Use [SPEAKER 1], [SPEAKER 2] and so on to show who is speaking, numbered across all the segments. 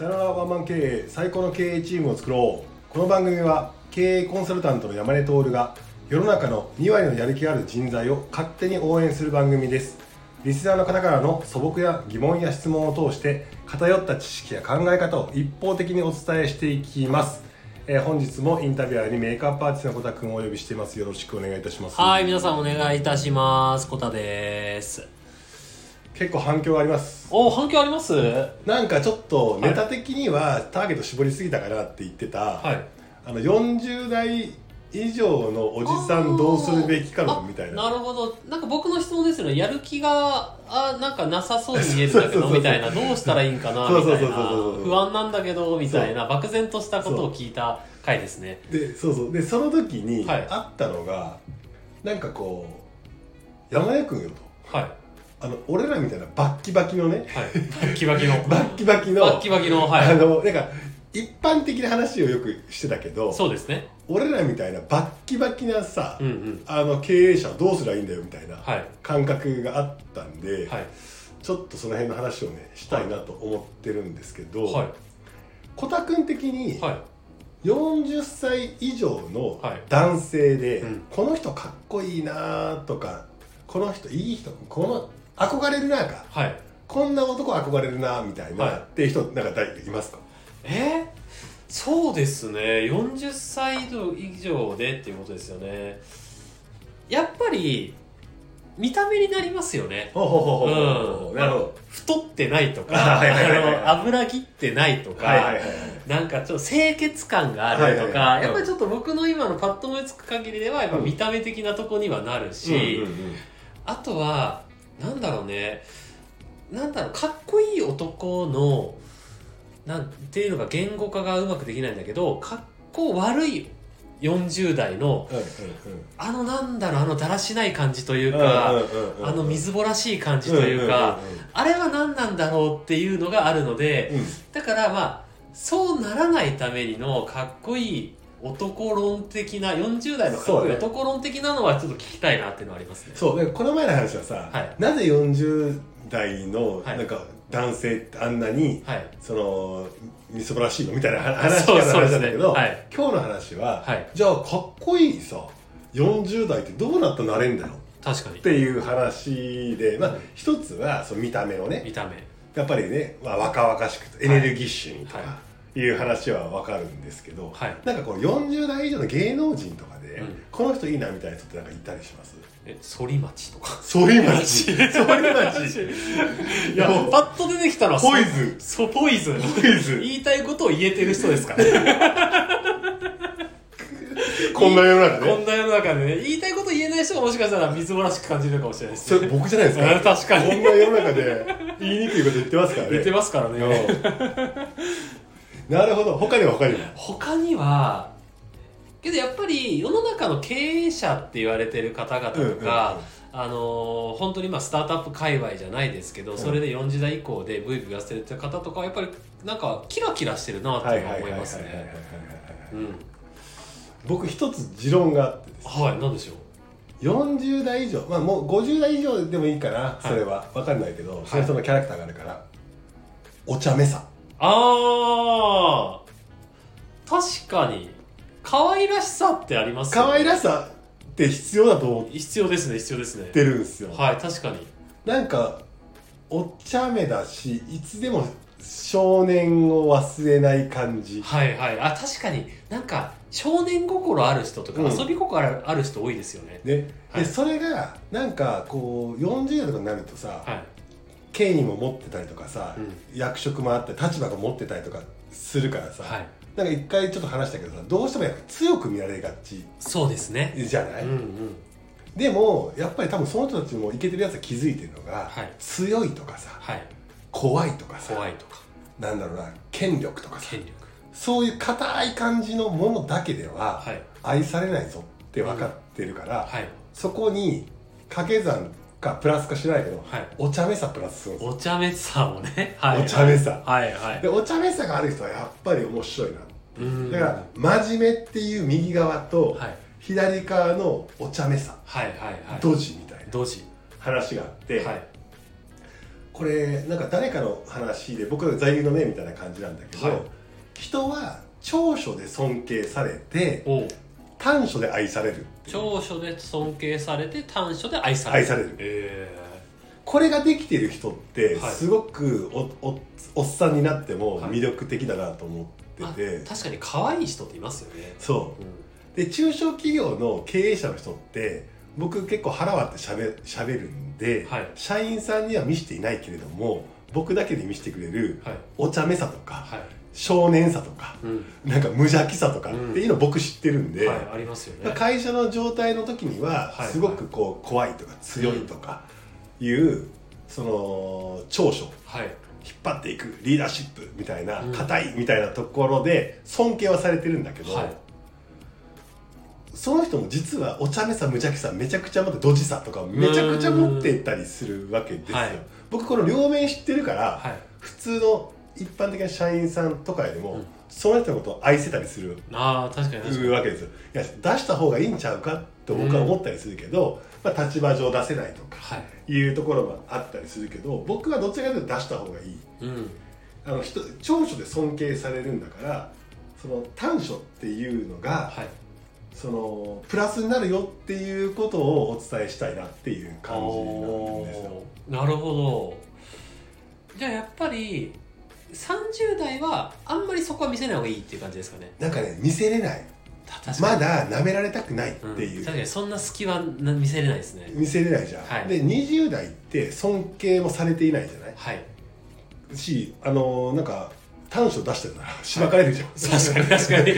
[SPEAKER 1] ワンマン経営最高の経営チームを作ろうこの番組は経営コンサルタントの山根徹が世の中の2割のやる気ある人材を勝手に応援する番組ですリスナーの方からの素朴や疑問や質問を通して偏った知識や考え方を一方的にお伝えしていきます、えー本日もインタビュアーにメイクアップアーティストの小田君をお呼びしていますよろしくお願いいたします
[SPEAKER 2] はい、皆さんお願いいたします。こたです。
[SPEAKER 1] 結構反響があります
[SPEAKER 2] お、反響ありますは
[SPEAKER 1] なんかちょっとネタ的にはターゲット絞りすぎたかなって言ってた、
[SPEAKER 2] い。
[SPEAKER 1] あの40代以上のおじさんどうするべきか論みたい
[SPEAKER 2] あ
[SPEAKER 1] な
[SPEAKER 2] なるほど。なんか僕の質問ですよね。やる気が、あ、なんかなさそうに見えるんだけ
[SPEAKER 1] そうそ
[SPEAKER 2] ど、
[SPEAKER 1] うそう
[SPEAKER 2] みたいな。どうしたらいいんかな、
[SPEAKER 1] そう
[SPEAKER 2] み
[SPEAKER 1] そう
[SPEAKER 2] た
[SPEAKER 1] そう
[SPEAKER 2] い
[SPEAKER 1] そう
[SPEAKER 2] な。不安なんだけど、みたいな。漠然としたこと
[SPEAKER 1] そう
[SPEAKER 2] を聞いた回ですね。
[SPEAKER 1] でそうそうでその時に
[SPEAKER 2] はい
[SPEAKER 1] あったのが、なんかこう山根君よと
[SPEAKER 2] はい。
[SPEAKER 1] あの俺らみたいなバッキ バキのね
[SPEAKER 2] はい。バッキバキの。
[SPEAKER 1] バッキバキの
[SPEAKER 2] バッキバキの、は
[SPEAKER 1] あ
[SPEAKER 2] い。
[SPEAKER 1] のなんか一般的な話をよくしてたけど
[SPEAKER 2] そうですね。
[SPEAKER 1] 俺らみたいなバッキバキなさ、
[SPEAKER 2] うんうん。
[SPEAKER 1] あの経営者はどうすりゃいいんだよみたいな
[SPEAKER 2] はい。
[SPEAKER 1] 感覚があったんで、
[SPEAKER 2] はい。
[SPEAKER 1] ちょっとその辺の話をねしたいなと思ってるんですけど、
[SPEAKER 2] は
[SPEAKER 1] 小田君的に、
[SPEAKER 2] い。はい。
[SPEAKER 1] 40歳以上の
[SPEAKER 2] はい
[SPEAKER 1] 男性で、
[SPEAKER 2] うん
[SPEAKER 1] この人かっこいいなとかこの人いい人この憧れるなか
[SPEAKER 2] はい。
[SPEAKER 1] こんな男憧れるなみたいな、
[SPEAKER 2] はい
[SPEAKER 1] って人なんか誰かいますか
[SPEAKER 2] えーそうですね40歳以上でっていうことですよねやっぱり見た目になりますよね
[SPEAKER 1] ほうほうほ
[SPEAKER 2] うん
[SPEAKER 1] なるほど
[SPEAKER 2] 太ってないと
[SPEAKER 1] あ
[SPEAKER 2] か
[SPEAKER 1] はいはいはいはい
[SPEAKER 2] あの油切ってないとか、
[SPEAKER 1] はいはいはい
[SPEAKER 2] なんかちょっと清潔感がある
[SPEAKER 1] はい
[SPEAKER 2] とか、
[SPEAKER 1] はいはい
[SPEAKER 2] やっぱりちょっと僕の今のパッと思いつく限りではやっぱ見た目的なとこにはなるし、
[SPEAKER 1] うんうんうん
[SPEAKER 2] あとはなんだろうねなんだろうかっこいい男のなんていうのが言語化がうまくできないんだけどかっこ悪い40代の
[SPEAKER 1] うん
[SPEAKER 2] あのなんだろうあのだらしない感じという
[SPEAKER 1] うんうん
[SPEAKER 2] か、
[SPEAKER 1] うんうんうん
[SPEAKER 2] あの水ぼらしい感じというか、あれは何なんだろうっていうのがあるの
[SPEAKER 1] う
[SPEAKER 2] で
[SPEAKER 1] んうんうんうん
[SPEAKER 2] だからまあそうならないためにのかっこいい男論的な40代のかっこいい
[SPEAKER 1] そ
[SPEAKER 2] 男論的なのはちょっと聞きたいなっていうのはありますね。
[SPEAKER 1] そうでこの前の話はさ、
[SPEAKER 2] はい
[SPEAKER 1] なぜ40代の
[SPEAKER 2] はい
[SPEAKER 1] なんか男性ってあんなに、
[SPEAKER 2] はい、
[SPEAKER 1] そのみそぼらしいのみたいな話
[SPEAKER 2] そう
[SPEAKER 1] 話
[SPEAKER 2] そうです
[SPEAKER 1] な
[SPEAKER 2] ね
[SPEAKER 1] んだけど、
[SPEAKER 2] はい
[SPEAKER 1] 今日の話は、
[SPEAKER 2] はい
[SPEAKER 1] じゃあかっこいいさ40代ってどうなったらなれんだよ
[SPEAKER 2] 確かに
[SPEAKER 1] っていう話で、まあ
[SPEAKER 2] うん、
[SPEAKER 1] 一つはその見た目をね
[SPEAKER 2] 見た目
[SPEAKER 1] やっぱりね、まあ、若々しくてエネルギッシュにと
[SPEAKER 2] は
[SPEAKER 1] かいう話は分かるんですけど、
[SPEAKER 2] はい
[SPEAKER 1] なんかこう40代以上の芸能人とかで、
[SPEAKER 2] うん
[SPEAKER 1] この人いいなみたいな人ってなんかいたりします
[SPEAKER 2] え反町とか
[SPEAKER 1] そういう 話
[SPEAKER 2] 反町
[SPEAKER 1] そういう話
[SPEAKER 2] いや
[SPEAKER 1] もう
[SPEAKER 2] パッと出てきたのは
[SPEAKER 1] ポイズ
[SPEAKER 2] そうポイズン
[SPEAKER 1] ポイズン
[SPEAKER 2] 言いたいことを言えてる人ですからね
[SPEAKER 1] こんな世の中
[SPEAKER 2] こ
[SPEAKER 1] ね
[SPEAKER 2] んな世の中でね言いたいこと言えない人がもしかしたらみずぼらしく感じるかもしれないです
[SPEAKER 1] それ
[SPEAKER 2] ね
[SPEAKER 1] 僕じゃないですか
[SPEAKER 2] うん確かに
[SPEAKER 1] こんな世の中で言いにくいこと言ってますからね
[SPEAKER 2] 出てますからね
[SPEAKER 1] うんなるほど他には他には
[SPEAKER 2] 他にはけどやっぱり世の中の経営者って言われてる方々と
[SPEAKER 1] うんうんうん
[SPEAKER 2] か、あのー本当にまあスタートアップ界隈じゃないですけど、
[SPEAKER 1] ん
[SPEAKER 2] それで40代以降でブイブイやってる方とかはやっぱりなんかキラキラしてるなっていうのは思います
[SPEAKER 1] はいはいはいはい
[SPEAKER 2] ね。
[SPEAKER 1] はい
[SPEAKER 2] うん
[SPEAKER 1] 僕一つ持論があってです
[SPEAKER 2] はい、なんでしょう。
[SPEAKER 1] 40代以上まあもう50代以上でもいいかな
[SPEAKER 2] はい
[SPEAKER 1] それは分かんないけどその人のキャラクターがあるからお茶目さ
[SPEAKER 2] あー、確かに、可愛らしさってあります
[SPEAKER 1] 可愛ら
[SPEAKER 2] し
[SPEAKER 1] しさって必要だと思
[SPEAKER 2] 必要ですね、必要ですね
[SPEAKER 1] っ。てるんですよ
[SPEAKER 2] はい、確かに。
[SPEAKER 1] なんかお茶目だしいつでも少年を忘れない感じ
[SPEAKER 2] はいはい。あ、確かに、なんか、少年心ある人とか、
[SPEAKER 1] うん
[SPEAKER 2] 遊び心ある人多いですよね。
[SPEAKER 1] ね
[SPEAKER 2] は
[SPEAKER 1] で
[SPEAKER 2] い
[SPEAKER 1] それがなんかこう40代とかになるとさ、
[SPEAKER 2] はい。
[SPEAKER 1] 権威も持ってたりとかさ、
[SPEAKER 2] う
[SPEAKER 1] 役職もあって立場が持ってたりとかするからさ、
[SPEAKER 2] はい。
[SPEAKER 1] なんか一回ちょっと話したけどさどうしてもやっぱ強く見られがち
[SPEAKER 2] そうですね。
[SPEAKER 1] じゃな
[SPEAKER 2] う
[SPEAKER 1] い、
[SPEAKER 2] んうん。
[SPEAKER 1] でもやっぱり多分その人たちもイケてるやつは気づいてるのが、
[SPEAKER 2] はい
[SPEAKER 1] 強いとかさ
[SPEAKER 2] はい。
[SPEAKER 1] 怖いとかさ
[SPEAKER 2] 怖いとか、
[SPEAKER 1] なんだろうな権力とかさ
[SPEAKER 2] 権力。
[SPEAKER 1] そういう硬い感じのものだけでは
[SPEAKER 2] はい。
[SPEAKER 1] 愛されないぞって分かってるから、
[SPEAKER 2] はい。
[SPEAKER 1] そこに掛け算かプラスか知らないけど、
[SPEAKER 2] はい
[SPEAKER 1] お茶目さプラスするんですよ
[SPEAKER 2] お茶目さもね。はい。
[SPEAKER 1] お茶目さ、
[SPEAKER 2] はいはい。
[SPEAKER 1] でお茶目さがある人はやっぱり面白いな
[SPEAKER 2] うん
[SPEAKER 1] だから真面目っていう右側と
[SPEAKER 2] はい
[SPEAKER 1] 左側のお茶目さ
[SPEAKER 2] はいはいはい。
[SPEAKER 1] ドジみたいな
[SPEAKER 2] ドジ。
[SPEAKER 1] 話があって、
[SPEAKER 2] はい。
[SPEAKER 1] これなんか誰かの話で僕は座右の銘みたいな感じなんだけど、
[SPEAKER 2] はい
[SPEAKER 1] 人は長所で尊敬されて
[SPEAKER 2] おう
[SPEAKER 1] 短所で愛されるっていう
[SPEAKER 2] 長所で尊敬されて短所で愛される
[SPEAKER 1] 愛される
[SPEAKER 2] え
[SPEAKER 1] これができてる人って
[SPEAKER 2] はい
[SPEAKER 1] すごくおおおっさんになっても
[SPEAKER 2] はい
[SPEAKER 1] 魅力的だなと思
[SPEAKER 2] え
[SPEAKER 1] ってて、
[SPEAKER 2] 確かに可愛い人っていますよね、
[SPEAKER 1] そううで中小企業の経営者の人って僕結構腹割ってしゃべしゃべるんで、
[SPEAKER 2] はい
[SPEAKER 1] 社員さんには見せていないけれども僕だけで見せてくれる
[SPEAKER 2] ん、はい
[SPEAKER 1] お茶目さとか、
[SPEAKER 2] はい、
[SPEAKER 1] 少年さとか
[SPEAKER 2] うん
[SPEAKER 1] なんか無邪気さとかって
[SPEAKER 2] うん
[SPEAKER 1] いうの僕知ってるんで、
[SPEAKER 2] はい、ありますよね、
[SPEAKER 1] 会社の状態の時には
[SPEAKER 2] はい
[SPEAKER 1] すごくこう怖いとか強いとかいう、その長所
[SPEAKER 2] はい
[SPEAKER 1] 引っ張っていくリーダーシップみたいな
[SPEAKER 2] うん
[SPEAKER 1] 硬いみたいなところで尊敬はされてるんだけど、
[SPEAKER 2] はい
[SPEAKER 1] その人も実はお茶目さ無邪気さめちゃくちゃ持ってドジさとかをめちゃくちゃ持ってたりするわけですよ、
[SPEAKER 2] はい
[SPEAKER 1] 僕この両面知ってるから、
[SPEAKER 2] はい
[SPEAKER 1] 普通の一般的な社員さんとかよりも、
[SPEAKER 2] うん
[SPEAKER 1] その人のことを愛せたりする
[SPEAKER 2] ああ確かに確かに
[SPEAKER 1] わけですよいや出した方がいいんちゃうかって僕は思ったりするけど、まあ、立場上出せないとか
[SPEAKER 2] はい
[SPEAKER 1] いうところもあったりするけど僕はどちらかというと出した方がいい
[SPEAKER 2] うん
[SPEAKER 1] あの人長所で尊敬されるんだからその短所っていうのが、
[SPEAKER 2] はい
[SPEAKER 1] そのプラスになるよっていうことをお伝えしたいなっていう感じなんですよ。
[SPEAKER 2] おーなるほどじゃあやっぱり30代はあんまりそこは見せない方がいいっていう感じですかね
[SPEAKER 1] なんかね見せれない
[SPEAKER 2] た確か
[SPEAKER 1] ま
[SPEAKER 2] に
[SPEAKER 1] だ舐められたくないって
[SPEAKER 2] うん
[SPEAKER 1] いう、
[SPEAKER 2] 確かにそんな隙はな見せれないですね
[SPEAKER 1] 見せれないじゃん、
[SPEAKER 2] はい
[SPEAKER 1] で20代って尊敬もされていないじゃない
[SPEAKER 2] はい
[SPEAKER 1] しあのーなんか短所出してたらしばかれるじゃん、
[SPEAKER 2] 確かに確かに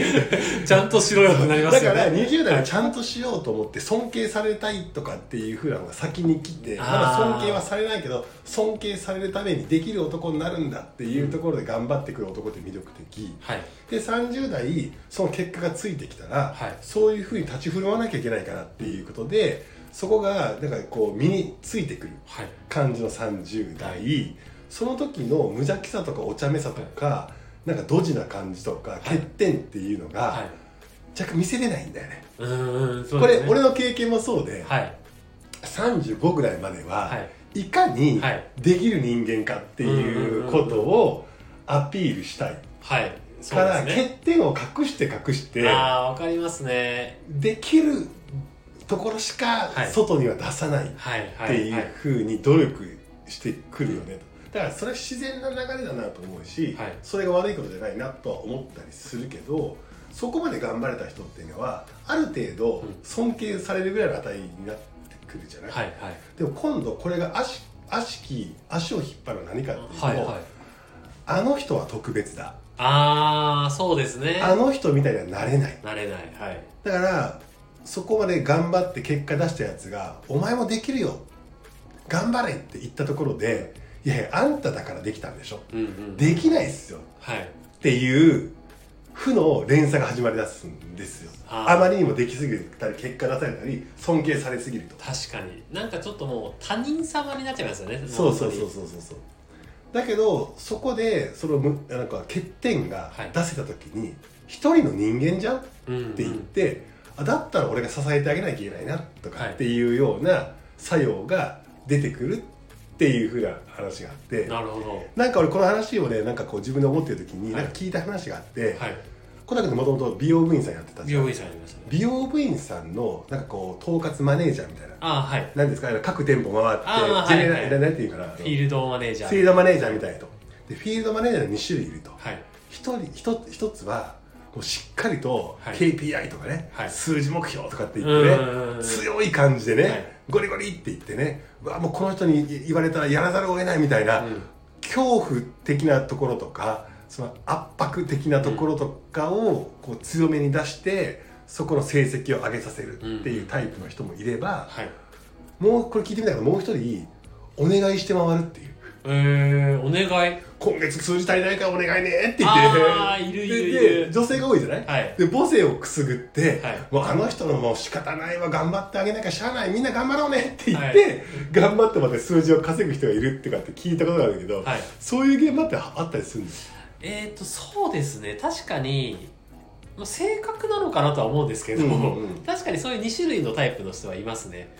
[SPEAKER 2] ちゃんとしろよってなりますよ
[SPEAKER 1] だから
[SPEAKER 2] ね
[SPEAKER 1] 20代はちゃんとしようと思って尊敬されたいとかっていうふうなのが先に来てまだ
[SPEAKER 2] あー
[SPEAKER 1] 尊敬はされないけど尊敬されるためにできる男になるんだっていうところで頑張ってくる男って魅力的
[SPEAKER 2] はい
[SPEAKER 1] で30代その結果がついてきたら、
[SPEAKER 2] はい
[SPEAKER 1] そういうふうに立ち振る舞わなきゃいけないかなっていうことでそこがなんかこう身についてくる
[SPEAKER 2] はい
[SPEAKER 1] 感じの30代、その時の無邪気さとかお茶目さとか、なんかドジな感じとか、欠点っていうの
[SPEAKER 2] は
[SPEAKER 1] が
[SPEAKER 2] い
[SPEAKER 1] 若干見せれないんだよね
[SPEAKER 2] うーんそう
[SPEAKER 1] こ
[SPEAKER 2] で
[SPEAKER 1] れ
[SPEAKER 2] すね
[SPEAKER 1] 俺の経験もそうで、
[SPEAKER 2] はい
[SPEAKER 1] 35ぐらいまでは、
[SPEAKER 2] はい
[SPEAKER 1] い、かに
[SPEAKER 2] はい
[SPEAKER 1] できる人間かっていうことをアピールしたい
[SPEAKER 2] はいそ
[SPEAKER 1] か
[SPEAKER 2] う
[SPEAKER 1] ら、
[SPEAKER 2] ですね
[SPEAKER 1] 欠点を隠して隠して
[SPEAKER 2] ああわかりますね
[SPEAKER 1] できるところしか
[SPEAKER 2] はい
[SPEAKER 1] 外には出さない
[SPEAKER 2] はい
[SPEAKER 1] っ
[SPEAKER 2] はい
[SPEAKER 1] てい
[SPEAKER 2] は
[SPEAKER 1] うふうに努力してくるよねとだからそれは自然な流れだなと思うし、
[SPEAKER 2] はい
[SPEAKER 1] それが悪いことじゃないなとは思ったりするけどそこまで頑張れた人っていうのはある程度
[SPEAKER 2] うん
[SPEAKER 1] 尊敬されるぐらいの値になってくるじゃない、
[SPEAKER 2] はいはい
[SPEAKER 1] でも今度これが悪し悪しき足を引っ張るのは何かっていうと、
[SPEAKER 2] はいはい
[SPEAKER 1] あの人は特別だ
[SPEAKER 2] ああそうですね
[SPEAKER 1] あの人みたいにはなれない
[SPEAKER 2] なれないはい
[SPEAKER 1] だからそこまで頑張って結果出したやつが「お前もできるよ頑張れ」って言ったところで「いやいやあんただからできたんでしょ
[SPEAKER 2] うんうん
[SPEAKER 1] できないっすよ」
[SPEAKER 2] はい
[SPEAKER 1] っていう負の連鎖が始まりだすんですよ
[SPEAKER 2] あ
[SPEAKER 1] あ
[SPEAKER 2] ー
[SPEAKER 1] まりにもできすぎたり結果出されたり尊敬されすぎると
[SPEAKER 2] 確かになんかちょっともう他人様になっちゃいますよね
[SPEAKER 1] そうそうそう
[SPEAKER 2] う
[SPEAKER 1] そうそうそうだけどそこでそのむなんか欠点が
[SPEAKER 2] はい
[SPEAKER 1] 出せた時に一人の人間じゃん
[SPEAKER 2] っ
[SPEAKER 1] って言って、あだったら俺が支えてあげなきゃいけないなとか
[SPEAKER 2] はい
[SPEAKER 1] っていうような作用が出てくるっていうふうな話があって
[SPEAKER 2] なるほどはい
[SPEAKER 1] なんか俺この話をねなんかこう自分で思ってる時に
[SPEAKER 2] は
[SPEAKER 1] ないんか聞いた話があって、この中でもともと美容部員さんやってたじゃん
[SPEAKER 2] 病院さんありましたね
[SPEAKER 1] 美容部員さんのなんかこう統括マネージャーみたいな
[SPEAKER 2] ああはい
[SPEAKER 1] 何ですか各店舗回って
[SPEAKER 2] あー
[SPEAKER 1] ジェネラ
[SPEAKER 2] はいはい
[SPEAKER 1] ななんていうかなあの
[SPEAKER 2] フィールドマネージャー
[SPEAKER 1] フィールドマネージャーみたいな人でフィールドマネージャー2種類いると
[SPEAKER 2] はい
[SPEAKER 1] 一人一つ一つはもうしっかりと
[SPEAKER 2] はい
[SPEAKER 1] KPI とかね、
[SPEAKER 2] はい
[SPEAKER 1] 数字目標とかって言って
[SPEAKER 2] うんうんう
[SPEAKER 1] ね
[SPEAKER 2] ん
[SPEAKER 1] 強い感じでね、
[SPEAKER 2] はい
[SPEAKER 1] ゴリゴリって言ってねうわもうこの人に言われたらやらざるを得ないみたいな、
[SPEAKER 2] うん
[SPEAKER 1] 恐怖的なところとかその圧迫的なところとかをこう強めに出してそこの成績を上げさせるっていうタイプの人もいれば、
[SPEAKER 2] はい
[SPEAKER 1] もうこれ聞いてみたいけどもう一人お願いして回るっていう。
[SPEAKER 2] えー、お願い
[SPEAKER 1] 今月数字足りないからお願いねって言って
[SPEAKER 2] あーいるいるいる
[SPEAKER 1] で女性が多いじゃない、
[SPEAKER 2] はい
[SPEAKER 1] で母性をくすぐって、
[SPEAKER 2] はい
[SPEAKER 1] もうあの人のもう仕方ないわ頑張ってあげなきゃしゃあないみんな頑張ろうねって言って、
[SPEAKER 2] はい
[SPEAKER 1] 頑張ってまで数字を稼ぐ人がいるってかって聞いたことがあるけど、
[SPEAKER 2] はい
[SPEAKER 1] そういう現場ってあったりするんです
[SPEAKER 2] えっ、ー、とそうですね確かにまあ性格なのかなとは思うんですけど、
[SPEAKER 1] うんうんうん
[SPEAKER 2] 確かにそういう2種類のタイプの人はいますね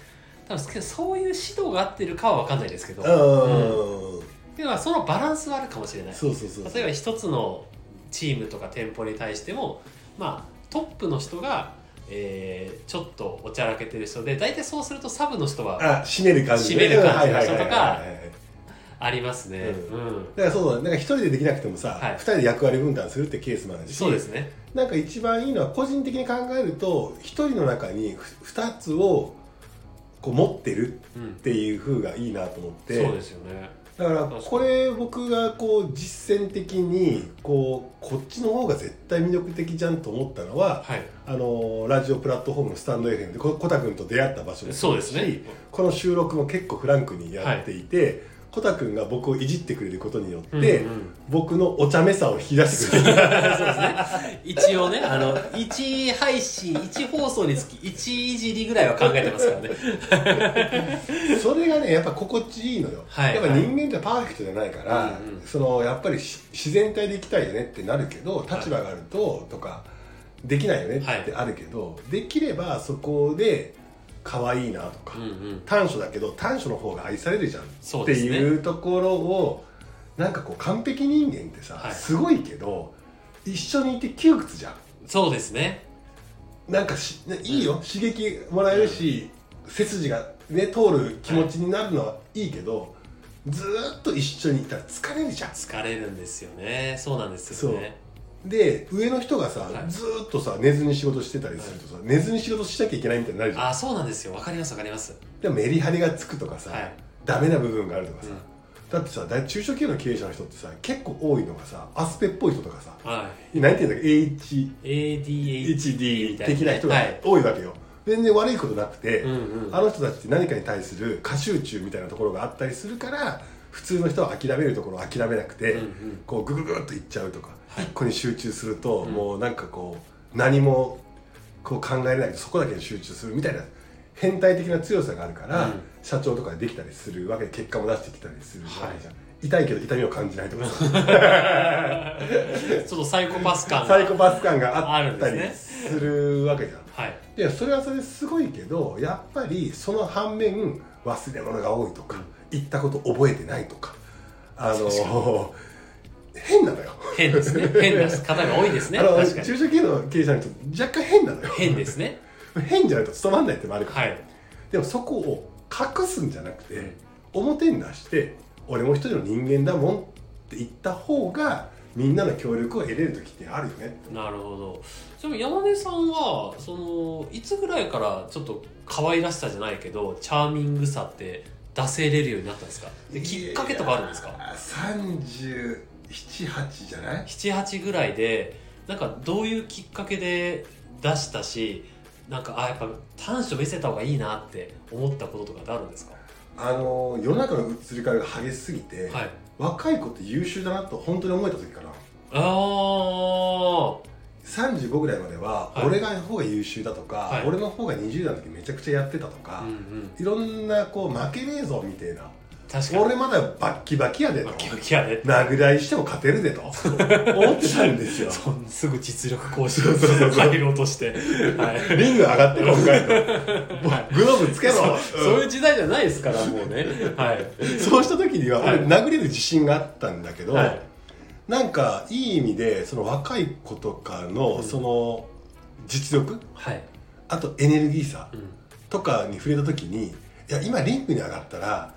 [SPEAKER 2] 多分そういう指導が合ってるかは分かんないですけど、
[SPEAKER 1] うん
[SPEAKER 2] ではそのバランスはあるかもしれない
[SPEAKER 1] そうそうそうそう
[SPEAKER 2] 例えば一つのチームとか店舗に対してもまあトップの人が、えーちょっとおちゃらけてる人で大体そうするとサブの人は
[SPEAKER 1] あ締める感じね
[SPEAKER 2] 締める感
[SPEAKER 1] う
[SPEAKER 2] じの人
[SPEAKER 1] んはいはいはい
[SPEAKER 2] とか
[SPEAKER 1] はいはい
[SPEAKER 2] ありますね、
[SPEAKER 1] う
[SPEAKER 2] うん
[SPEAKER 1] だからそうだねなんか一人でできなくてもさ、
[SPEAKER 2] はい
[SPEAKER 1] 二人で役割分担するってケースもあるし
[SPEAKER 2] そうですね
[SPEAKER 1] なんか一番いいのは個人的に考えると一人の中にふ二つをこう持ってる
[SPEAKER 2] うん
[SPEAKER 1] っていう風がいいなと思って
[SPEAKER 2] そうですよね
[SPEAKER 1] だから
[SPEAKER 2] 確かに
[SPEAKER 1] これ僕がこう実践的にこうこっちの方が絶対魅力的じゃんと思ったのは
[SPEAKER 2] はい
[SPEAKER 1] あのーラジオプラットフォームのスタンド FM でこコタ君と出会った場所も
[SPEAKER 2] そうですね
[SPEAKER 1] この収録も結構フランクにやっていて、コタ君が僕をいじってくれることによって、
[SPEAKER 2] うんうん
[SPEAKER 1] 僕のお茶目さを引き出してくれる
[SPEAKER 2] 一応ねあの1配信1放送につき1いじりぐらいは考えてますからね
[SPEAKER 1] それがねやっぱ心地いいのよ、
[SPEAKER 2] はい
[SPEAKER 1] やっぱ人間ってパーフェクトじゃないから、
[SPEAKER 2] うんうん
[SPEAKER 1] そのやっぱりし自然体でいきたいよねってなるけど立場があるととかできないよねってあるけど、できればそこで可愛いなとか、
[SPEAKER 2] うんうん
[SPEAKER 1] 短所だけど短所の方が愛されるじゃん
[SPEAKER 2] そ
[SPEAKER 1] っ
[SPEAKER 2] う
[SPEAKER 1] て
[SPEAKER 2] ですね
[SPEAKER 1] いうところを、なんかこう完璧人間ってさ、
[SPEAKER 2] はい
[SPEAKER 1] すごいけど一緒にいて窮屈じゃん
[SPEAKER 2] そうですね
[SPEAKER 1] なんかしいいよ、刺激もらえるし、背筋がね通る気持ちになるのはいいけど、ずーっと一緒にいたら疲れるじゃん
[SPEAKER 2] 疲れるんですよねそうなんですよね
[SPEAKER 1] で上の人がさ、
[SPEAKER 2] はい
[SPEAKER 1] ずーっとさ寝ずに仕事してたりするとさ、寝ずに仕事しなきゃいけないみたいになるじゃん
[SPEAKER 2] あそうなんですよわかりますわかります
[SPEAKER 1] でもメリハリがつくとかさ、
[SPEAKER 2] はい
[SPEAKER 1] ダメな部分があるとかさ、
[SPEAKER 2] うん
[SPEAKER 1] だってさだ中小企業の経営者の人ってさ結構多いのがさアスペっぽい人とかさ
[SPEAKER 2] は
[SPEAKER 1] 何て言うんだっけ
[SPEAKER 2] い ADHD
[SPEAKER 1] ADHD 的な人が
[SPEAKER 2] はい
[SPEAKER 1] 多いわけよ、全然悪いことなくて、
[SPEAKER 2] うんうん
[SPEAKER 1] あの人たちって何かに対する過集中みたいなところがあったりするから普通の人は諦めるところを諦めなくて、
[SPEAKER 2] うんうん
[SPEAKER 1] こうグググッといっちゃうとか、一個に集中すると、もうなんかこう何もこう考えれないけどそこだけに集中するみたいな変態的な強さがあるから、
[SPEAKER 2] うん
[SPEAKER 1] 社長とかできたりするわけで結果も出してきたりするわけじゃん、
[SPEAKER 2] は
[SPEAKER 1] 痛いけど痛みを感じないとかさ
[SPEAKER 2] ちょっとサイコパス感 が
[SPEAKER 1] サイコパス感が
[SPEAKER 2] あ
[SPEAKER 1] あ
[SPEAKER 2] る
[SPEAKER 1] っ
[SPEAKER 2] ん
[SPEAKER 1] た
[SPEAKER 2] で
[SPEAKER 1] り
[SPEAKER 2] す
[SPEAKER 1] するわけじゃん。
[SPEAKER 2] はい
[SPEAKER 1] でそれはそれですごいけどやっぱりその反面忘れ物が多いとか、言ったこと覚えてないとかあの変なのよ。
[SPEAKER 2] 変ですね変な方が多いですね
[SPEAKER 1] あの
[SPEAKER 2] 確
[SPEAKER 1] 中
[SPEAKER 2] か
[SPEAKER 1] 小
[SPEAKER 2] に
[SPEAKER 1] 企業の経営者の人若干変なのよ
[SPEAKER 2] 変ですね
[SPEAKER 1] 変じゃないと務まんないってのもあるから、
[SPEAKER 2] はい
[SPEAKER 1] でもそこを隠すんじゃなくて、表に出して俺も一人の人間だもんって言った方がみんなの協力を得れる時ってあるよね
[SPEAKER 2] なるほどちなみに山根さんはそのいつぐらいからちょっと可愛らしさじゃないけどチャーミングさって出せれるようになったんですかできっかけとかあるんですか
[SPEAKER 1] 378じゃない
[SPEAKER 2] 78ぐらいでなんかどういうきっかけで出したしなんかあやっぱ短所見せた方がいいなって思ったこととかってあるんですか
[SPEAKER 1] あの世の中の移り変わりが激しすぎて、
[SPEAKER 2] はい
[SPEAKER 1] 若い子って優秀だなと本当に思えた時かな
[SPEAKER 2] ああは
[SPEAKER 1] 35ぐらいまでは、
[SPEAKER 2] はい
[SPEAKER 1] 俺が方が優秀だとか、
[SPEAKER 2] はい
[SPEAKER 1] 俺の方が20代の時めちゃくちゃやってたとか、
[SPEAKER 2] いうんうん
[SPEAKER 1] いろんなこう負けねえぞみたいな
[SPEAKER 2] 確かに
[SPEAKER 1] 俺まだバッキバキやでと
[SPEAKER 2] バキバキやね
[SPEAKER 1] 殴り合いしても勝てるでと思ってたんですよ
[SPEAKER 2] そんすぐ実力行使
[SPEAKER 1] そうそうそう
[SPEAKER 2] 入ろうとしてはい
[SPEAKER 1] リング上がって今回と
[SPEAKER 2] はい
[SPEAKER 1] グローブつけろ
[SPEAKER 2] そうそう
[SPEAKER 1] う
[SPEAKER 2] い
[SPEAKER 1] ん
[SPEAKER 2] う時代じゃないですからも うねはい
[SPEAKER 1] そうした時には
[SPEAKER 2] はい
[SPEAKER 1] 俺殴れる自信があったんだけど、
[SPEAKER 2] はい
[SPEAKER 1] なんかいい意味でその若い子とかのその実力
[SPEAKER 2] はい、
[SPEAKER 1] あとエネルギーさ
[SPEAKER 2] うん、
[SPEAKER 1] とかに触れた時にいや今リングに上がったら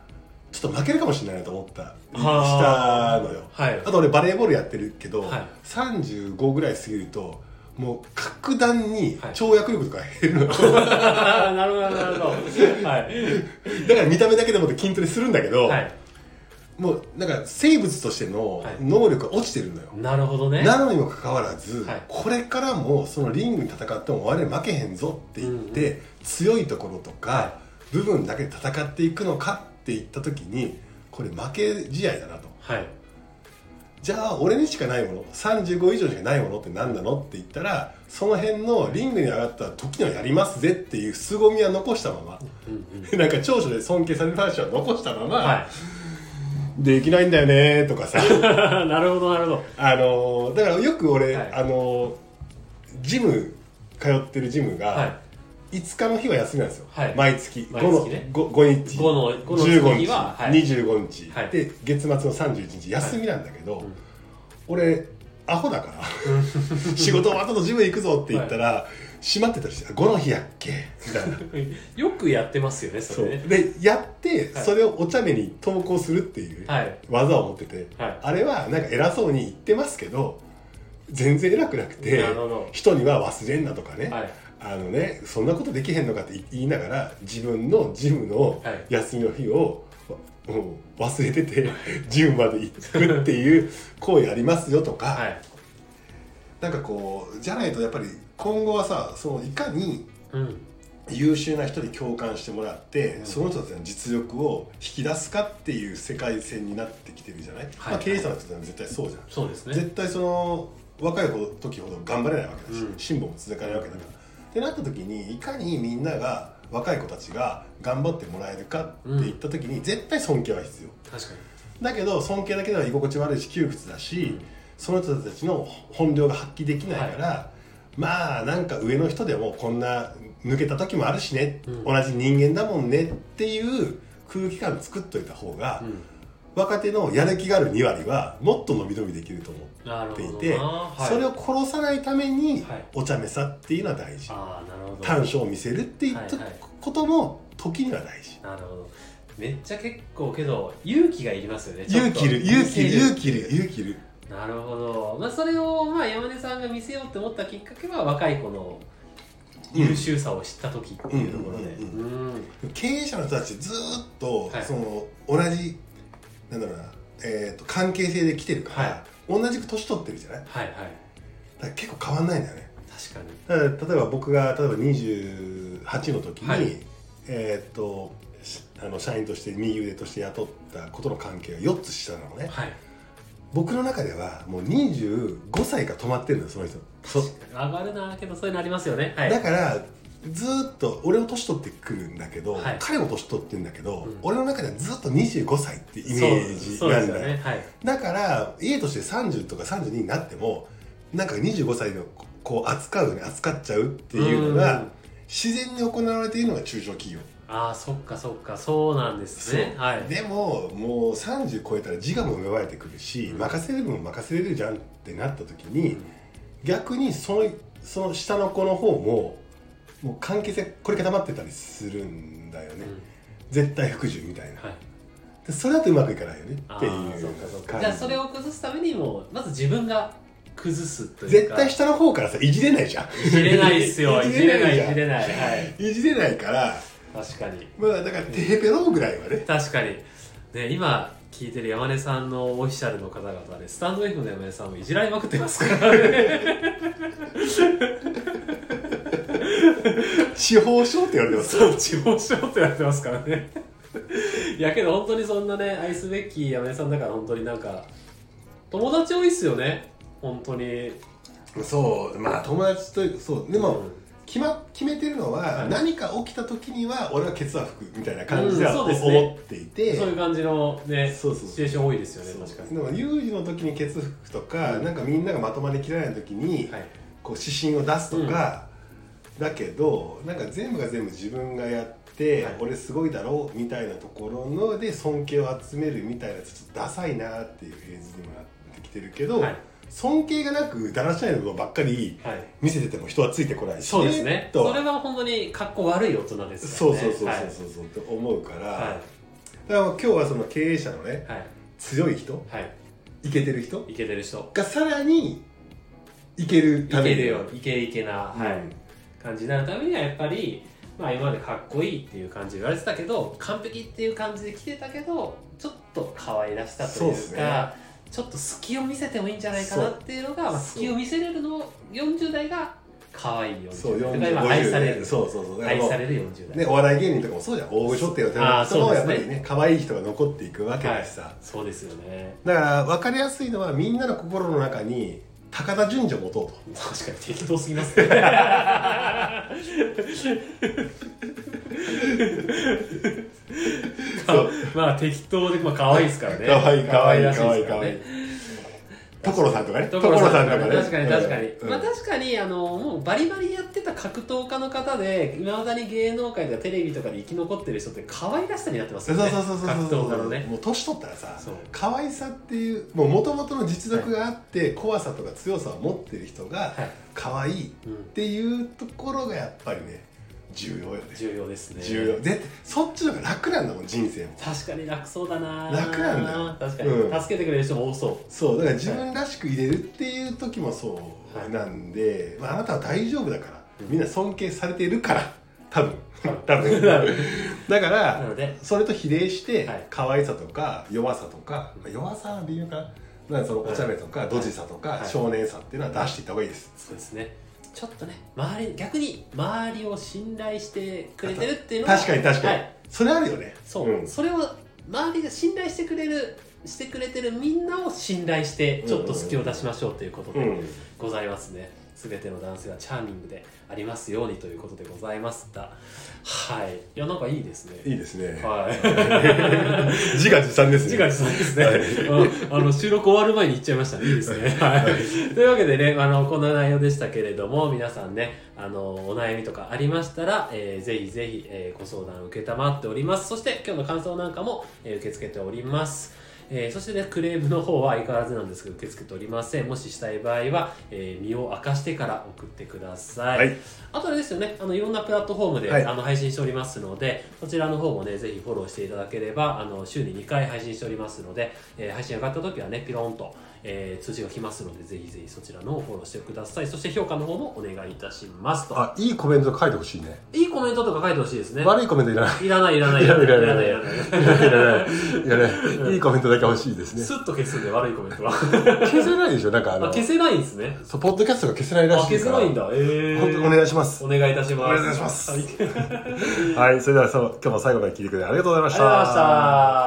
[SPEAKER 1] ちょっと負けるかもしれないなと思ったりした
[SPEAKER 2] は
[SPEAKER 1] のよ
[SPEAKER 2] はい
[SPEAKER 1] あと俺バレーボールやってるけど、
[SPEAKER 2] はい
[SPEAKER 1] 35ぐらい過ぎるともう格段に
[SPEAKER 2] はい
[SPEAKER 1] 跳躍力とか減るの、
[SPEAKER 2] なるほどなるほどはい
[SPEAKER 1] だから見た目だけでもって筋トレするんだけど、
[SPEAKER 2] はい
[SPEAKER 1] もうなんか生物としての
[SPEAKER 2] はい
[SPEAKER 1] 能力が落ちてるのよ、
[SPEAKER 2] なるほどね
[SPEAKER 1] なのにもかかわらず、
[SPEAKER 2] はい
[SPEAKER 1] これからもそのリングに戦っても我々負けへんぞって言って、強いところとか部分だけで戦っていくのかって言った時にこれ負け試合だなと
[SPEAKER 2] はい
[SPEAKER 1] じゃあ俺にしかないもの35以上しかないものって何なのって言ったらその辺のリングに上がった時にはやりますぜっていう凄みは残したまま、
[SPEAKER 2] うんうん
[SPEAKER 1] なんか長所で尊敬される話は残したまま、
[SPEAKER 2] は
[SPEAKER 1] できないんだよねとかさ
[SPEAKER 2] い なるほどなるほど
[SPEAKER 1] あのーだからよく俺、
[SPEAKER 2] はい
[SPEAKER 1] あのージム通ってるジムが、
[SPEAKER 2] はい
[SPEAKER 1] 5日の日は休みなんですよ、
[SPEAKER 2] はい
[SPEAKER 1] 毎月
[SPEAKER 2] 毎月ね
[SPEAKER 1] 5, の 5, 日
[SPEAKER 2] 五の五の月
[SPEAKER 1] 15日
[SPEAKER 2] にははい
[SPEAKER 1] 25日、
[SPEAKER 2] はい
[SPEAKER 1] で月末の31日休みなんだけど、
[SPEAKER 2] うん
[SPEAKER 1] 俺アホ だから仕事終わったとジム行くぞって言ったら、閉まってたりして「5の日やっけ?」みたいな
[SPEAKER 2] よくやってますよね そ
[SPEAKER 1] そう
[SPEAKER 2] れね
[SPEAKER 1] でやって
[SPEAKER 2] はい
[SPEAKER 1] それをお茶目に投稿するっていう
[SPEAKER 2] はい
[SPEAKER 1] 技を持ってて、
[SPEAKER 2] はい
[SPEAKER 1] あれはなんか偉そうに言ってますけど全然偉くなくて
[SPEAKER 2] なるほど
[SPEAKER 1] 人には忘れんなとかね、
[SPEAKER 2] はい
[SPEAKER 1] あのね、そんなことできへんのかって言いながら自分のジムの
[SPEAKER 2] はい
[SPEAKER 1] 休みの日を、わうん忘れてて ジムまで行くっていう行為ありますよとか、
[SPEAKER 2] はい
[SPEAKER 1] なんかこうじゃないとやっぱり今後はさそのいかに
[SPEAKER 2] うん
[SPEAKER 1] 優秀な人に共感してもらって、
[SPEAKER 2] うん
[SPEAKER 1] その人たちの実力を引き出すかっていう世界線になってきてるじゃない、
[SPEAKER 2] はい
[SPEAKER 1] まあ、経営者の人たちも絶対そうじゃん。
[SPEAKER 2] そうですね
[SPEAKER 1] 絶対その若い時ほど頑張れないわけだし、
[SPEAKER 2] うん
[SPEAKER 1] 辛抱も続かないわけだから。ってなった時にいかにみんなが若い子たちが頑張ってもらえるかっていった時に、絶対尊敬は必要
[SPEAKER 2] 確か
[SPEAKER 1] だけど尊敬だけでは居心地悪いし窮屈だし、
[SPEAKER 2] うん
[SPEAKER 1] その人たちの本領が発揮できないから、まあなんか上の人でもこんな抜けた時もあるしね、
[SPEAKER 2] うん
[SPEAKER 1] 同じ人間だもんねっていう空気感作っといた方が、
[SPEAKER 2] に、うん、
[SPEAKER 1] 若手のやる気がある2割はもっと伸び伸びできると思う。
[SPEAKER 2] な
[SPEAKER 1] っ
[SPEAKER 2] るほ
[SPEAKER 1] てい
[SPEAKER 2] ど
[SPEAKER 1] て、
[SPEAKER 2] な、はい、
[SPEAKER 1] それを殺さないために、
[SPEAKER 2] はい
[SPEAKER 1] お茶目さっていうのは大事
[SPEAKER 2] ああなるほど
[SPEAKER 1] 短所を見せるっていった
[SPEAKER 2] はいはい
[SPEAKER 1] ことも時には大事、
[SPEAKER 2] なるほどめっちゃ結構けど勇気がいりますよね
[SPEAKER 1] 勇気いる勇気いる勇気いる
[SPEAKER 2] る
[SPEAKER 1] 勇気いる
[SPEAKER 2] なるほど、まあ、それをまあ山根さんが見せようって思ったきっかけは若い子の優秀さを知った時っていうところで
[SPEAKER 1] う
[SPEAKER 2] うん
[SPEAKER 1] 経営者の人たちずーっと、
[SPEAKER 2] はい
[SPEAKER 1] その同じなんだろうな、えー、と関係性で来てるから、
[SPEAKER 2] は
[SPEAKER 1] 同じく年取ってるじゃないだ
[SPEAKER 2] はいはい
[SPEAKER 1] から結構変わんないんだよね
[SPEAKER 2] 確かに
[SPEAKER 1] だから例えば僕が例えば28の時に、
[SPEAKER 2] はい
[SPEAKER 1] えーっとしあの社員として右腕として雇ったことの関係が4つ下なのね
[SPEAKER 2] はい
[SPEAKER 1] 僕の中ではもう25歳から止まってるのよその人そ
[SPEAKER 2] 上がるなけどそういうのありますよねはい
[SPEAKER 1] だからずーっと俺も年取ってくるんだけど、
[SPEAKER 2] はい
[SPEAKER 1] 彼も年取ってるんだけど、
[SPEAKER 2] うん
[SPEAKER 1] 俺の中ではずっと25歳ってイメージ
[SPEAKER 2] そうそう
[SPEAKER 1] な
[SPEAKER 2] で
[SPEAKER 1] ん
[SPEAKER 2] す
[SPEAKER 1] だ
[SPEAKER 2] よ
[SPEAKER 1] よ
[SPEAKER 2] ねはい
[SPEAKER 1] だから家として30とか32になってもなんか25歳のこう扱うね扱っちゃうっていうのが、
[SPEAKER 2] ん
[SPEAKER 1] 自然に行われているのが中小企業
[SPEAKER 2] ああそっかそっかそうなんですね
[SPEAKER 1] そう
[SPEAKER 2] はい
[SPEAKER 1] でももう30超えたら自我も芽生えてくるし、
[SPEAKER 2] うん
[SPEAKER 1] 任せれるもん任せれるじゃんってなった時
[SPEAKER 2] う
[SPEAKER 1] に、
[SPEAKER 2] ん
[SPEAKER 1] 逆にそのその下の子の方ももう関係性これ固まってたりするんだよね、絶対服従みたいな
[SPEAKER 2] はい
[SPEAKER 1] でそれだとうまくいかないよね
[SPEAKER 2] あー
[SPEAKER 1] っていう
[SPEAKER 2] そうかそうか
[SPEAKER 1] 感
[SPEAKER 2] じゃあそれを崩すためにもまず自分が崩すという
[SPEAKER 1] 絶
[SPEAKER 2] か
[SPEAKER 1] 対下の方からさいじれないじゃん
[SPEAKER 2] いじれないっすよいじれないい
[SPEAKER 1] じゃん
[SPEAKER 2] じれないはい
[SPEAKER 1] いじれないから
[SPEAKER 2] 確かに
[SPEAKER 1] まあだからテヘペロぐらいはね
[SPEAKER 2] 確かにね今聞いてる山根さんのオフィシャルの方々でスタンド F の山根さんもいじられまくってますからね
[SPEAKER 1] 地方症って言われてます
[SPEAKER 2] そう地方しようってやってますからねいやけど本当にそんなね愛すべき山根さんだから本当になんか友達多いっすよね本当に
[SPEAKER 1] そうまあ友達とそうでも、
[SPEAKER 2] うん
[SPEAKER 1] 決,、ま、決めてるのは、
[SPEAKER 2] はい
[SPEAKER 1] 何か起きた時には俺はケツは吹くみたいな感じでは
[SPEAKER 2] うんそうですね
[SPEAKER 1] 思っていて、
[SPEAKER 2] そういう感じのね
[SPEAKER 1] そうそうそう
[SPEAKER 2] シチュエーション多いですよね
[SPEAKER 1] そう
[SPEAKER 2] 確かに
[SPEAKER 1] でも有事の時にケツ吹くとか、
[SPEAKER 2] うん
[SPEAKER 1] なんかみんながまとまりきらない時に、
[SPEAKER 2] はい
[SPEAKER 1] こう指針を出すとか、だけどなんか全部が全部自分がやって、
[SPEAKER 2] はい
[SPEAKER 1] 俺すごいだろうみたいなところので尊敬を集めるみたいなちょっとダサいなっていうフェーズにもなってきてるけど、
[SPEAKER 2] はい
[SPEAKER 1] 尊敬がなくだらしないのばっかり
[SPEAKER 2] はい
[SPEAKER 1] 見せてても人はついてこないし
[SPEAKER 2] そうですね
[SPEAKER 1] と
[SPEAKER 2] それは本当に格好悪い大人ですか
[SPEAKER 1] そ
[SPEAKER 2] ら
[SPEAKER 1] う
[SPEAKER 2] ね
[SPEAKER 1] そうそうそう
[SPEAKER 2] はい
[SPEAKER 1] そうそうって思うから、だ
[SPEAKER 2] は
[SPEAKER 1] から今日はその経営者のね
[SPEAKER 2] いはい
[SPEAKER 1] 強い人
[SPEAKER 2] はい
[SPEAKER 1] イケてる人
[SPEAKER 2] イケてる人
[SPEAKER 1] がさらにイケる
[SPEAKER 2] イ
[SPEAKER 1] ため
[SPEAKER 2] ケ
[SPEAKER 1] に
[SPEAKER 2] るよイケイケな、はい感じになるためにはやっぱり、まあ、今までかっこいいっていう感じで言われてたけど完璧っていう感じで来てたけどちょっと可愛らしさと
[SPEAKER 1] そう
[SPEAKER 2] い
[SPEAKER 1] っ
[SPEAKER 2] う
[SPEAKER 1] す
[SPEAKER 2] か
[SPEAKER 1] ね
[SPEAKER 2] ちょっと隙を見せてもいいんじゃないかなっていうのがまあ、
[SPEAKER 1] そう
[SPEAKER 2] 隙を見せれるのを40代が可愛い
[SPEAKER 1] そう
[SPEAKER 2] 40代と
[SPEAKER 1] 40
[SPEAKER 2] か今愛される
[SPEAKER 1] そうそうそうだから
[SPEAKER 2] 愛
[SPEAKER 1] もう
[SPEAKER 2] される40代、
[SPEAKER 1] ね、お笑い芸人とかもそうじゃん大御所って言われて
[SPEAKER 2] あー
[SPEAKER 1] る人
[SPEAKER 2] そう
[SPEAKER 1] も
[SPEAKER 2] で
[SPEAKER 1] や
[SPEAKER 2] す
[SPEAKER 1] っ
[SPEAKER 2] ね
[SPEAKER 1] ぱりね可愛い人が残っていくわけ
[SPEAKER 2] は
[SPEAKER 1] だ
[SPEAKER 2] い
[SPEAKER 1] しさ、
[SPEAKER 2] そうですよね
[SPEAKER 1] だから分かりやすいのはみんなの心の中に高田純次を持とうと
[SPEAKER 2] 確かに適当す ぎますねまあ適当で、まあ、可愛いですからね
[SPEAKER 1] 可愛い可愛い
[SPEAKER 2] らしです
[SPEAKER 1] 可愛い可愛い所さんとかね
[SPEAKER 2] 所さんとかね
[SPEAKER 1] 所
[SPEAKER 2] 確かに確かに、
[SPEAKER 1] うん
[SPEAKER 2] まあ確かにあのもうバリバリやってた格闘家の方でいまだに芸能界とかテレビとかで生き残ってる人って可愛らしさになってます
[SPEAKER 1] そう
[SPEAKER 2] よ
[SPEAKER 1] そう
[SPEAKER 2] ね
[SPEAKER 1] そうそうそう
[SPEAKER 2] 格闘家のね
[SPEAKER 1] もう年取ったらさ
[SPEAKER 2] そう
[SPEAKER 1] 可愛さっていうもともとの実力があって、怖さとか強さを持ってる人が
[SPEAKER 2] はい、
[SPEAKER 1] 可愛いっ
[SPEAKER 2] うん、
[SPEAKER 1] ていうところがやっぱりね重要よね
[SPEAKER 2] 重要ですね
[SPEAKER 1] 重要絶対そっちの方が楽なんだもん人生も
[SPEAKER 2] 確かに楽そうだな
[SPEAKER 1] 楽なんだよ
[SPEAKER 2] 確かに、
[SPEAKER 1] うん
[SPEAKER 2] 助けてくれる人も多そ
[SPEAKER 1] そうだから自分らしく入れるっていう時もそうなんで、まあ、あなたは大丈夫だからみんな尊敬されているから多 分多分 だか
[SPEAKER 2] うな
[SPEAKER 1] ら
[SPEAKER 2] ので
[SPEAKER 1] それと比例して
[SPEAKER 2] はい
[SPEAKER 1] 可愛さとか弱さとか、まあ弱さは微妙かななんかそのおちゃめとかドジさとか
[SPEAKER 2] はい
[SPEAKER 1] 少年さっていうのは出していった方がいいです、
[SPEAKER 2] そうですねちょっとね周り逆に周りを信頼してくれてるっていうのは
[SPEAKER 1] 確かに確かに、
[SPEAKER 2] はい、
[SPEAKER 1] それあるよね
[SPEAKER 2] そう、
[SPEAKER 1] うん
[SPEAKER 2] それを周りが信頼してくれるしてくれてるみんなを信頼してちょっと隙を出しましょうということ
[SPEAKER 1] う
[SPEAKER 2] で
[SPEAKER 1] ん、
[SPEAKER 2] ございますね、全ての男性はチャーミングでありますようにということでございましたはいいやなんかいいですね
[SPEAKER 1] いいですね
[SPEAKER 2] はい
[SPEAKER 1] 自画自賛ですね
[SPEAKER 2] 自画自賛ですね、
[SPEAKER 1] はい
[SPEAKER 2] うんあの収録終わる前に言っちゃいましたねいいですね、はい、というわけでねあのこんな内容でしたけれども皆さんねあのお悩みとかありましたら、えーぜひぜひ、えーご相談を承っておりますそして今日の感想なんかも、えー受け付けておりますえーそしてね、クレームの方は相変わらずなんですけど、受け付けておりません。もししたい場合は、えー身を明かしてから送ってください。
[SPEAKER 1] はい
[SPEAKER 2] あとあれですよね、あのいろんなプラットフォームで、
[SPEAKER 1] はい
[SPEAKER 2] あの配信しておりますので、そちらの方もね、ぜひフォローしていただければ、あの週に2回配信しておりますので、えー配信上がった時はね、ピローンと、えー通知が来ますので、ぜひぜひそちらの方フォローしてください。そして評価の方もお願いいたしますと。
[SPEAKER 1] あいいコメント書いてほしいね
[SPEAKER 2] いいコメントとか書いてほしいですね。
[SPEAKER 1] 悪いコメントいらない
[SPEAKER 2] いらない、いらない、
[SPEAKER 1] いらないいらないい
[SPEAKER 2] いら ない。
[SPEAKER 1] やいやいやいやいいコメントだけ欲しいですね
[SPEAKER 2] スッと消すんで、悪いコメン トは。
[SPEAKER 1] 消せないでしょなんかあ
[SPEAKER 2] あ、
[SPEAKER 1] の
[SPEAKER 2] 消せないんですね。
[SPEAKER 1] そうポッドキャストが消せない
[SPEAKER 2] あ、
[SPEAKER 1] らし
[SPEAKER 2] 消
[SPEAKER 1] いか
[SPEAKER 2] せ
[SPEAKER 1] ら
[SPEAKER 2] ないんだ。えー。
[SPEAKER 1] 本当にお願いします
[SPEAKER 2] お願いいたします。
[SPEAKER 1] お願いします
[SPEAKER 2] はいありがとうござい
[SPEAKER 1] はいそれではそう今日も最後まで聞いてくれてありがとうございま
[SPEAKER 2] ま
[SPEAKER 1] し
[SPEAKER 2] したた。